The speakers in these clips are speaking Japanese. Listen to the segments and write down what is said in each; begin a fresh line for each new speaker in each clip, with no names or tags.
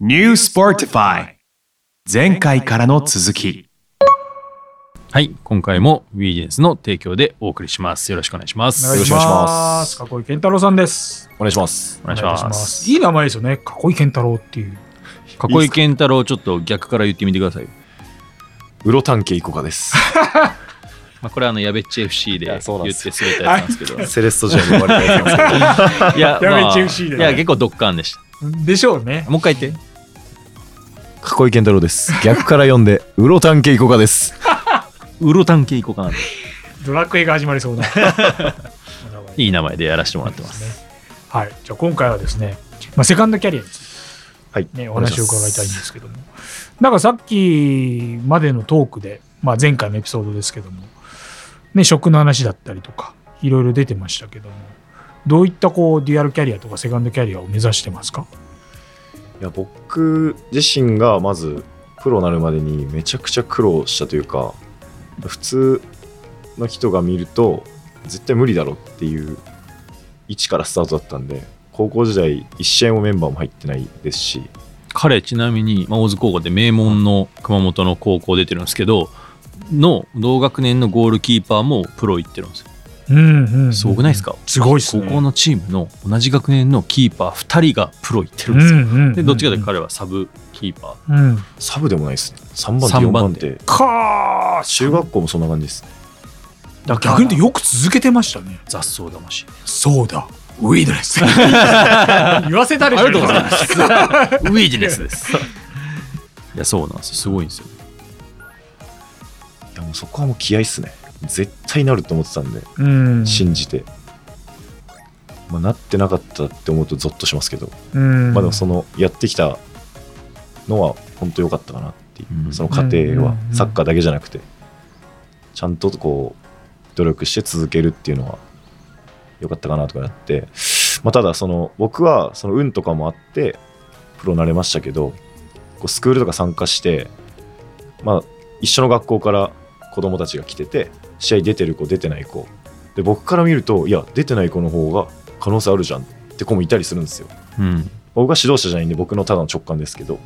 New Sportify 前回からの続き
はい、今回も WeGens の提供でお送りします。よろしくお願いします。
お願いし
よろく
ます。かっこいい健太郎さんです。
お願いします。
お願いします。
いい名前ですよね。かっこいい健太郎っていう。
かっこいい健太郎、ちょっと逆から言ってみてくださいよ。
うろたんけいこかです。
まあ、これはあの、やべっち FC で
い
言っ
やそうなん
て
です
すれたやつなんですけど。
セレストジアに呼ばれてますけど。
い
や
や、
べっち
まあ
FC で
いや、結構独感でし
でしょうね
た。。もう一回言って。
かっこいい健太郎です。逆から読んで、うろたんけいこかです。
ウロタン系いこうかな。
ドラクエが始まり そうな。
いい名前でやらせてもらってます。
すね。はい。じゃあ今回はですね、まあ、セカンドキャリアについて
はい。
ね、お話を伺いたいんですけども。なんかさっきまでのトークで、まあ、前回のエピソードですけども、ね、食の話だったりとか、いろいろ出てましたけども、どういったこう、デュアルキャリアとかセカンドキャリアを目指してますか
いや、僕自身がまず、プロになるまでにめちゃくちゃ苦労したというか、普通の人が見ると、絶対無理だろっていう位置からスタートだったんで、高校時代、一試合もメンバーも入ってないですし、
彼、ちなみに、まあ、大津高校で名門の熊本の高校出てるんですけど、の同学年のゴールキーパーもプロ行ってるんですよ。
うんうん、
すごくないですか
すごいです
高
ね。
校のチームの同じ学年のキーパー2人がプロ行ってるん
うん
ですよ。
うん うん
でどっちかというと彼はサブキーパ
うん、
サブでもないですね。3番手、
三番
4番
手
手。
かー
中学校もそんな感じですね。
だ逆に言うとよく続けてましたね
ー雑草魂
そうだウィードレ ス言わせたでしょ
ますウィジネスですいやそうなんですよすごいんですよ
いや、もうそこはもう気合いっすね。絶対なると思ってたんで。
うん
信じて、まあ、なってなかったって思うとゾッとしますけど、
うん
まあでもそのやってきたのは本当良かったかなっていう、
うん
その過程
うん
は
うんうん
サッカーだけじゃなくてちゃんとこう努力して続けるっていうのは良かったかなとかやって、まあ、ただその僕はその運とかもあってプロになれましたけどこうスクールとか参加して、まあ、一緒の学校から子供たちが来てて試合出てる子出てない子で僕から見るといや出てない子の方が可能性あるじゃんって子もいたりするんですよ。
うん
僕が指導者じゃないんで僕のただの直感ですけどっ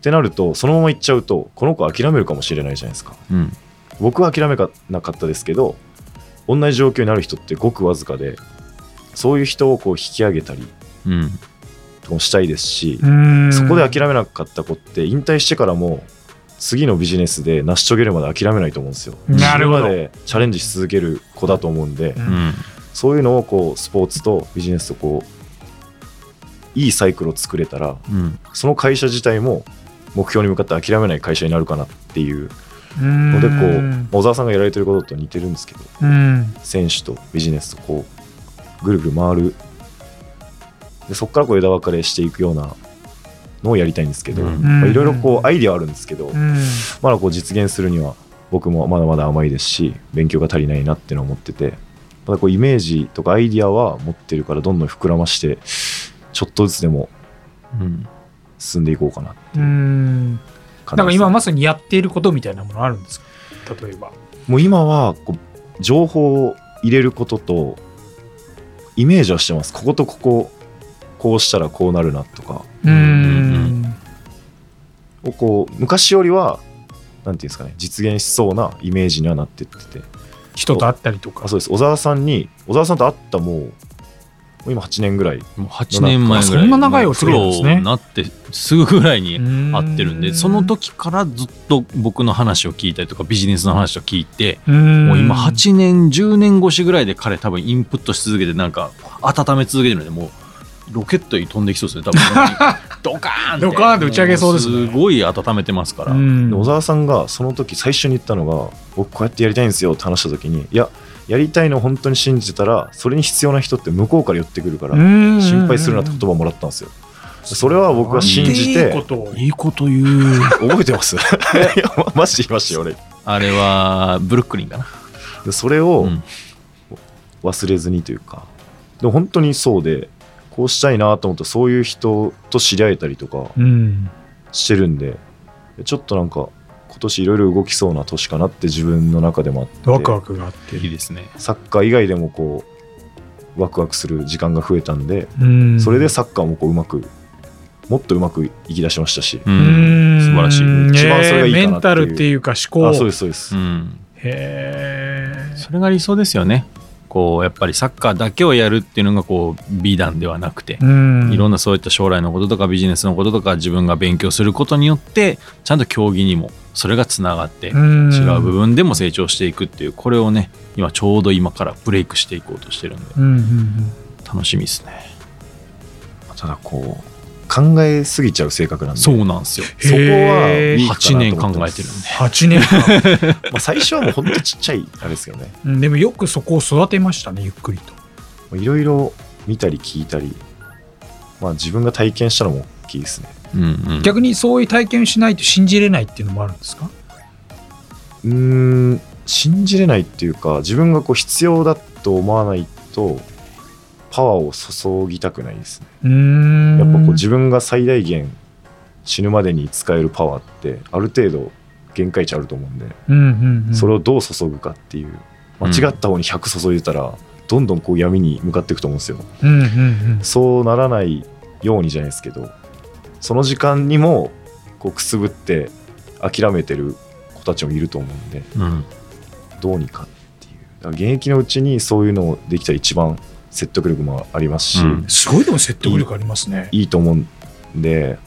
てなるとそのまま行っちゃうとこの子諦めるかもしれないじゃないですか
うん
僕は諦めかなかったですけど同じ状況になる人ってごくわずかでそういう人をこう引き上げたり
うん
とかもしたいですし
うん
そこで諦めなかった子って引退してからも次のビジネスで成し遂げるまで諦めないと思うんですよ。
なるほど
死までチャレンジし続ける子だと思うんで、
う
うんん
そういうのをこうスポーツとビジネスとこういいサイクルを作れたら
うん
その会社自体も目標に向かって諦めない会社になるかなっていう
うん
のでこう小沢さんがやられてることと似てるんですけど
うん
選手とビジネスとこうぐるぐる回るでそこからこう枝分かれしていくようなのをやりたいんですけど
うん
まあいろいろこうアイデアはあるんですけど
うん
まだこう実現するには僕もまだまだ甘いですし勉強が足りないなっていうのを思っててまだこうイメージとかアイデアは持ってるからどんどん膨らましてちょっとずつでも
うん
進んでいこうかな
うん
感
な
じですね
んか今まさにやっていることみたいなものあるんですか例えば
もう今はこう情報を入れることとイメージはしてますこことこここうしたらこうなるなとか
う
をこう昔よりはなんていうんですかね実現しそうなイメージにはなってってて
人と会ったりとか
あそうです小沢さんに小沢さんと会ったもうもう今8年ぐらい
もう8年前ぐら
そ
い
んな長いお付
プ
き合いなん
ロ
ですね
になってすぐぐらいに
会
会ってるんでその時からずっと僕の話を聞いたりとかビジネスの話を聞いても
も
う今8年10年越しぐらいで彼多分インプットし続けてなんか温め続けてるのでもうロケットに飛んできそうで すね多分ドカーンって
ドカーンって打ち上げそうですね
もすごい温めてますから、
うん
で小沢さんがその時最初に言ったのが僕こうやってやりたいんですよって話した時にいややりたいのを本当に信じてたらそれに必要な人って向こうから寄ってくるから
うん
心配するなって言葉をもらったんですよそれは僕は信じ
なんでい
て
いことを
いいこと言う
覚えてます いやまマジで言いましたよ俺
あれはブルックリンかな
でそれを
うん
忘れずにというかでも本当にそうでこうしたいなと思ったらそういう人と知り合えたりとか
うん
してるんでちょっとなんか今年いろいろ動きそうな年かなって自分の中でもあって
ワクワクがあって
いいですね
サッカー以外でもこうワクワクする時間が増えたんで
うん
それでサッカーもこううまくもっとうまくいきだしましたし、
う
う、
ん
素晴らしい。
ん
一番それがいいかな
え
っていう
ーメンタルっていうか思考。
あそうですそうです、
うん
へえ。
それが理想ですよね。こうやっぱりサッカーだけをやるっていうのがこう美談ではなくて、
うん
いろんなそういった将来のこととかビジネスのこととか自分が勉強することによってちゃんと競技にもそれがつながって違
ん
う部分でも成長していくっていうこれをね今ちょうど今からブレイクしていこうとしてるんで
うんうん
楽しみですね。
ただこう考えすぎちゃう性格なんで
そうなんですよ。
そこは
へー
いいかなと
8
思
年考
ってま
え
す
てるんで。
8年間
まあ、最初はもうほんとちっちゃいあれですけどね
うんでもよくそこを育てましたねゆっくりと
まあいろいろ見たり聞いたり、まあ、自分が体験したのも大きいですね
うんうん
逆にそういう体験しないと信じれないっていうのもあるんですか
うーん信じれないっていうか自分がこう必要だと思わないとパワーを注ぎたくないですね
うーん
やっぱこう自分が最大限死ぬまでに使えるパワーってある程度限界値あると思うんで、
うんうんうん
それをどう注ぐかっていう間違った方に100注いでたらどんどんこう闇に向かっていくと思うんですよ
うんうんうん
そうならないようにじゃないですけどその時間にもこうくすぶって諦めてる子たちもいると思うんで
うん
どうにかっていうだから現役のうちにそういうのをできたら一番説得力もありますし、
うん
すごいでも説得力ありますね
いいと思うんで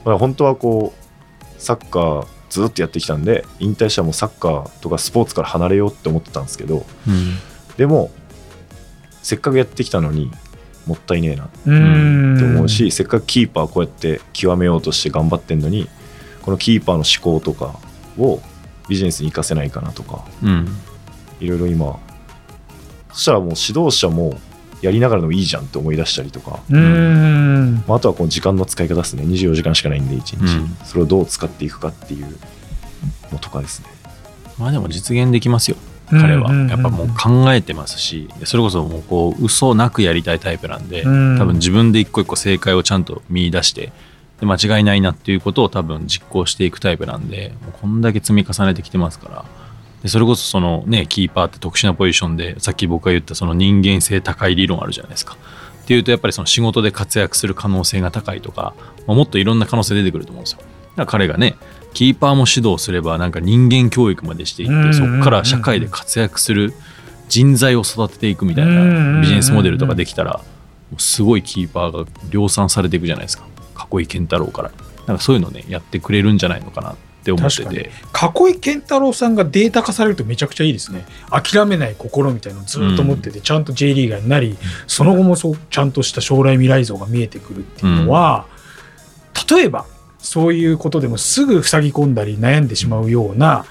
だから本当はこうサッカーずっとやってきたんで引退したらもうサッカーとかスポーツから離れようって思ってたんですけど
うん
でもせっかくやってきたのにもったいねえな
うーん
って思うし、せっかくキーパーこうやって極めようとして頑張ってんのにこのキーパーの思考とかをビジネスに活かせないかなとか
うん
いろいろ今そしたらもう指導者もやりながらでもいいじゃんって思い出したりとか、
うーん
まあ、あとはこの時間の使い方ですね24時間しかないんで1日、
うん
それをどう使っていくかっていうのとかですね
まあでも実現できますよ。彼は
うんうんうん
やっぱもう考えてますしそれこそもうこう嘘なくやりたいタイプなんで
うん
多分自分で一個一個正解をちゃんと見出してで間違いないなっていうことを多分実行していくタイプなんでもうこんだけ積み重ねてきてますからでそれこそそのねキーパーって特殊なポジションでさっき僕が言ったその人間性高い理論あるじゃないですか。っていうとやっぱりその仕事で活躍する可能性が高いとか、まあもっといろんな可能性出てくると思うんですよ。だから彼がねキーパーも指導すればなんか人間教育までしていって、
うんうんうんうん
そこから社会で活躍する人材を育てていくみたい
うんうんうんう
なんビジネスモデルとかできたら、もうすごいキーパーが量産されていくじゃないですか囲井健太郎からなんかそういうのねやってくれるんじゃないのかなって思って
確かに
て
囲井健太郎さんがデータ化されるとめちゃくちゃいいですね諦めない心みたいなのをずっと持ってて、ちゃんと J リーガーになりその後もそうちゃんとした将来未来像が見えてくるっていうのは、例えばそういうことでもすぐ塞ぎ込んだり悩んでしまうような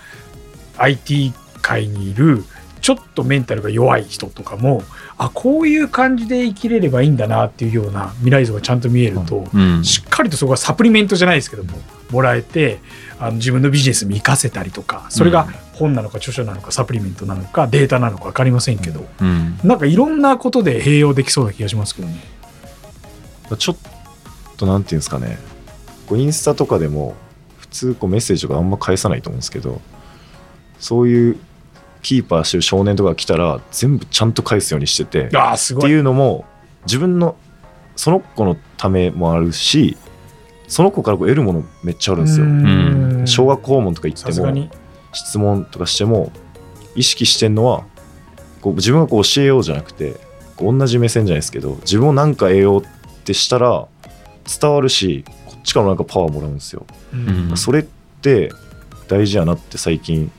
IT 界にいるちょっとメンタルが弱い人とかもあこういう感じで生きれればいいんだなっていうような未来像がちゃんと見えると、
うん
しっかりとそこがサプリメントじゃないですけどももらえてあの自分のビジネスに生かせたりとかそれが本なのか著書なのかサプリメントなのかデータなのか分かりませんけど、
うん
なんかいろんなことで併用できそうな気がしますけどね。
ちょっとなんていうんですかねこうインスタとかでも普通こうメッセージとかあんま返さないと思うんですけどそういうキーパーしてる少年とかが来たら全部ちゃんと返すようにしてて
あーす
っ
ご
て
い
いうのも自分のその子のためもあるしその子からこう得るものめっちゃあるんですよ
う。ーん
小学校門とか行って
さすが
も
に
質問とかしても意識してんのはこう自分がこう教えようじゃなくてこう同じ目線じゃないですけど自分を何か得ようってしたら伝わるしこっちからもなんかパワーもらうんですよ。
うん
それって大事やなって最近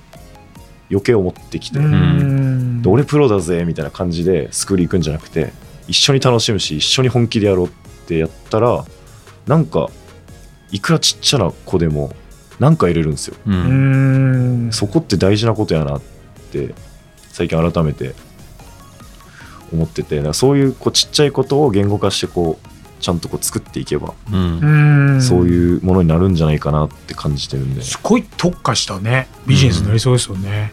余計思ってきて。
うん
で俺プロだぜみたいな感じでスクール行くんじゃなくて一緒に楽しむし一緒に本気でやろうってやったらなんかいくらちっちゃな子でもなんか入れるんですよ
う
うんん
そこって大事なことやなって最近改めて思っててだからそういうこうちっちゃいことを言語化してこうちゃんとこう作っていけば
うん
うん
そういうものになるんじゃないかなって感じてるんで、
すごい特化したねビジネスになりそうですよね、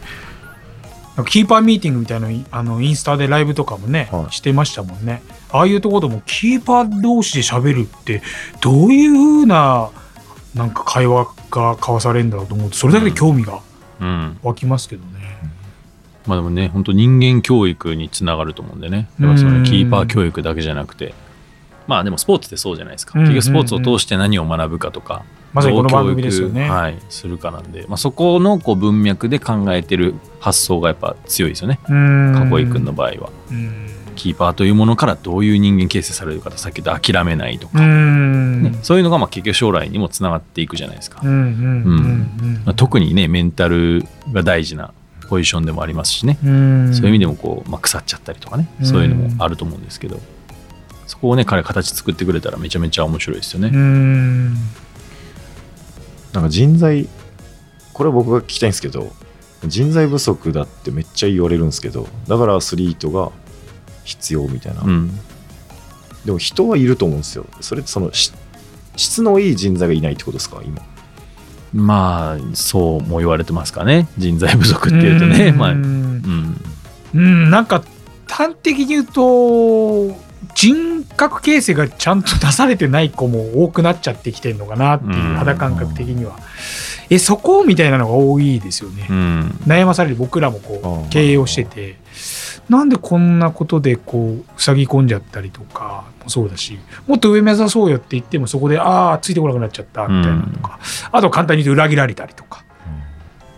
なんかキーパーミーティングみたいなのあのインスタでライブとかもね、
はい
してましたもんねああいうところでもキーパー同士で喋るってどういうふうななんか会話が交わされるんだろうと思うとそれだけで興味が
うん
湧きますけどね、
まあでもね本当人間教育につながると思うんでねやっぱそのキーパー教育だけじゃなくてまあでもスポーツってそうじゃないですか、
うんうんうん
結局スポーツを通して何を学ぶかとか
まさにこの
どう
番
教育
組ですよね。
はい、するかなんで、まあ、そこのこう文脈で考えてる発想がやっぱ強いですよね
か
籠井君の場合は
うん
キーパーというものからどういう人間形成されるかさっき言った諦めないと
う
か、
ん
ねそういうのがまあ結局将来にもつながっていくじゃないですか、
うんうんうん
まあ、特にねメンタルが大事なポジションでもありますしね、
うん
そういう意
で
味でもこう、まあ、腐っちゃったりとかね、
うん
そういうのもあると思うんですけどそこをね彼形作ってくれたらめちゃめちゃ面白いですよね、
うん
なんか人材これは僕が聞きたいんですけど人材不足だってめっちゃ言われるんですけどだからアスリートが必要みたいな、
うん
でも人はいると思うんですよそれってそのし質のいい人材がいないってことですか今
まあそうも言われてますかね人材不足っていうとね、
うん
まあう、
うんんなんか端的に言うと人格形成がちゃんと出されてない子も多くなっちゃってきてるのかなっていう
うん
肌感覚的にはえそこみたいなのが多いですよね。
うん
悩まされる僕らも
あ
こ
あ
う経営をしててなんでこんなことでこう塞ぎ込んじゃったりとかもそうだしもっと上目指そうよって言ってもそこでああついてこなくなっちゃったみたいなとか、あと簡単に言うと裏切られたりとか。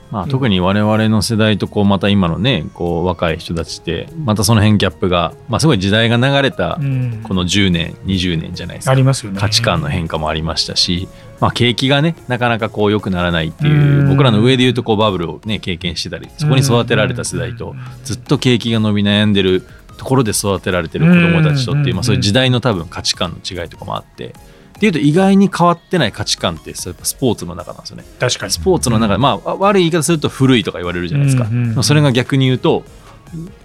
ま
う
あ、
ん
特に我々の世代とこうまた今のねこう若い人たちってまたその辺ギャップが、まあ、すごい時代が流れた
うん
この10年20年じゃないですか
ありますよね
価値観の変化もありましたし、まあ、景気がねなかなかこう良くならないっていううん僕らの上で言うとこうバブルをね経験してたりそこに育てられた世代とずっと景気が伸び悩んでるところで育てられてる子どもたちとって
う
い
ん
う、まあ、そういう時代の多分価値観の違いとかもあって。っていうと意外に変わってない価値観ってやっぱスポーツの中なんですよね。
確かに
スポーツの中で、まあ、わ悪い言い方すると古いとか言われるじゃないですか、
うんうんうん
それが逆に言うと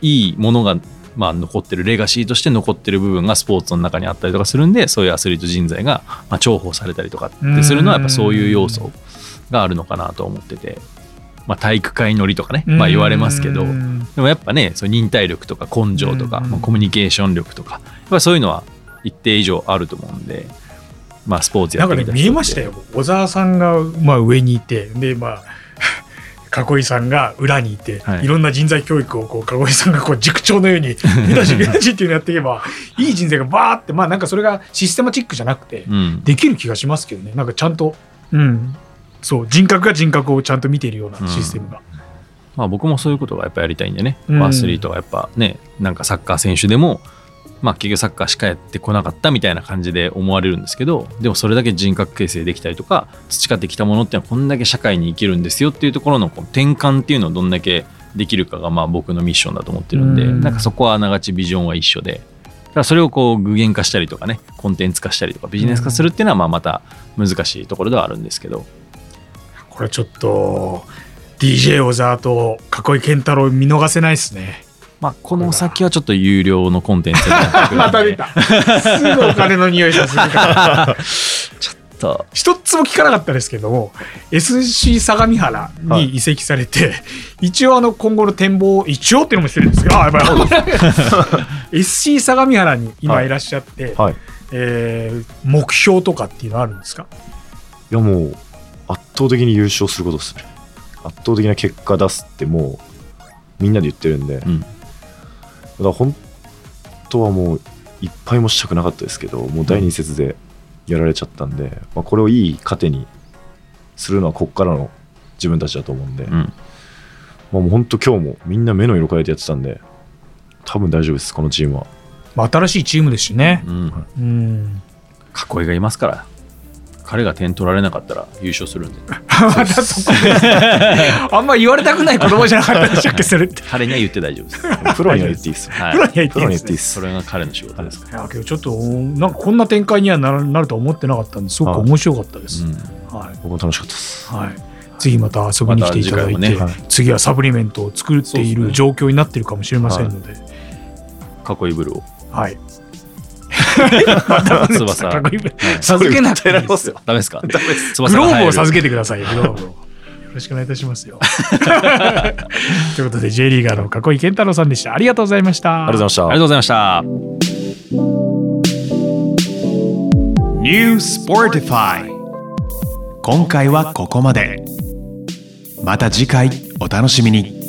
いいものが、まあ、残ってるレガシーとして残ってる部分がスポーツの中にあったりとかするんでそういうアスリート人材が、まあ、重宝されたりとかってするのは
うん
やっぱそういう要素があるのかなと思ってて、まあ、体育会乗りとかね、
うん
まあ、言われますけ
う
ど、
ん
でもやっぱねそういう忍耐力とか根性とか、
うんうん
まあコミュニケーション力とかやっぱそういうのは一定以上あると思うんで、まあ、スポーツや
なんか
って
ね
みた
見えましたよ小沢さんが、まあ、上にいてでまあ 籠井さんが裏にいて、
はい
い、ろんな人材教育をこう籠井さんがこう塾長のよう に「目出し目出し」っていうのやっていけばいい人材がバーってまあなんかそれがシステマチックじゃなくて
うん、
できる気がしますけどねなんかちゃんと、うん、そう人格が人格をちゃんと見ているようなシステムが。
まあ、僕もそういうことがやっぱやりたいんでね、
うん
アスリートがやっぱねなんかサッカー選手でも、まあ、結局サッカーしかやってこなかったみたいな感じで思われるんですけどでもそれだけ人格形成できたりとか培ってきたものってのはこんだけ社会に生きるんですよっていうところのこう転換っていうのをどんだけできるかがまあ僕のミッションだと思ってるんで、
うん
なんかそこはあながちビジョンは一緒で。ただそれをこう具現化したりとかねコンテンツ化したりとかビジネス化するっていうのはまあまた難しいところではあるんですけど、
これちょっと DJ 小沢と囲井健太郎見逃せないですね。
まあ、この先はちょっと有料のコンテンツになってくるん で
また出た。すぐお金の匂いさせるから。
と
一つも聞かなかったですけども SC 相模原に移籍されて、一応あの今後の展望一応っていうのも失礼ですけどあやばい SC 相模原に今いらっしゃって、
はいい
えー目標とかっていうのはあるんですか
やもう圧倒的に優勝することですね圧倒的な結果出すってもうみんなで言ってるんで、
ん
だから本当はもういっぱいもしたくなかったですけどもう第2節でやられちゃったんで、まあ、これをいい糧にするのはこっからの自分たちだと思うんで、
うん
まあ、もう本当今日もみんな目の色変えてやってたんで多分大丈夫ですこのチームは
まあ、新しいチームですしね。
うん、
うん。
囲いがいますから彼が点取られなかったら優勝するんで
またそこで あんま言われたくない子供じゃなかったでしたっけ、それって。
彼には言って大丈夫 です、
プロには言っていいですよ
は
プロには
い、
言って
プ
いい
ロ
で
には言っ
す
て
ね
いいで
そ
す
れが彼の仕事ですか
いやけどちょっとなんかこんな展開にはなるなるとは思ってなかったんですごく面白かったです。
ら、うん
はい
僕も楽しかったです
はい、ぜひまた遊びに来ていただいて、
また次回も
ね
次はサプリメントを作ってい
そうです
る
ね
状況になってるかもしれませんので、
囲いブルーを
はい。
翼
かっこいい授けなくていいですよ。
ダメですかダメです
グローブを授けてくださいよ、グローブを。よろしくお願いいたしますよ。 ということで、J リーガーの囲い健太郎さんでした。ありがとうございました。
ありがとうございました
ありがとうございました。
New Sportify 今回はここまでまた次回お楽しみに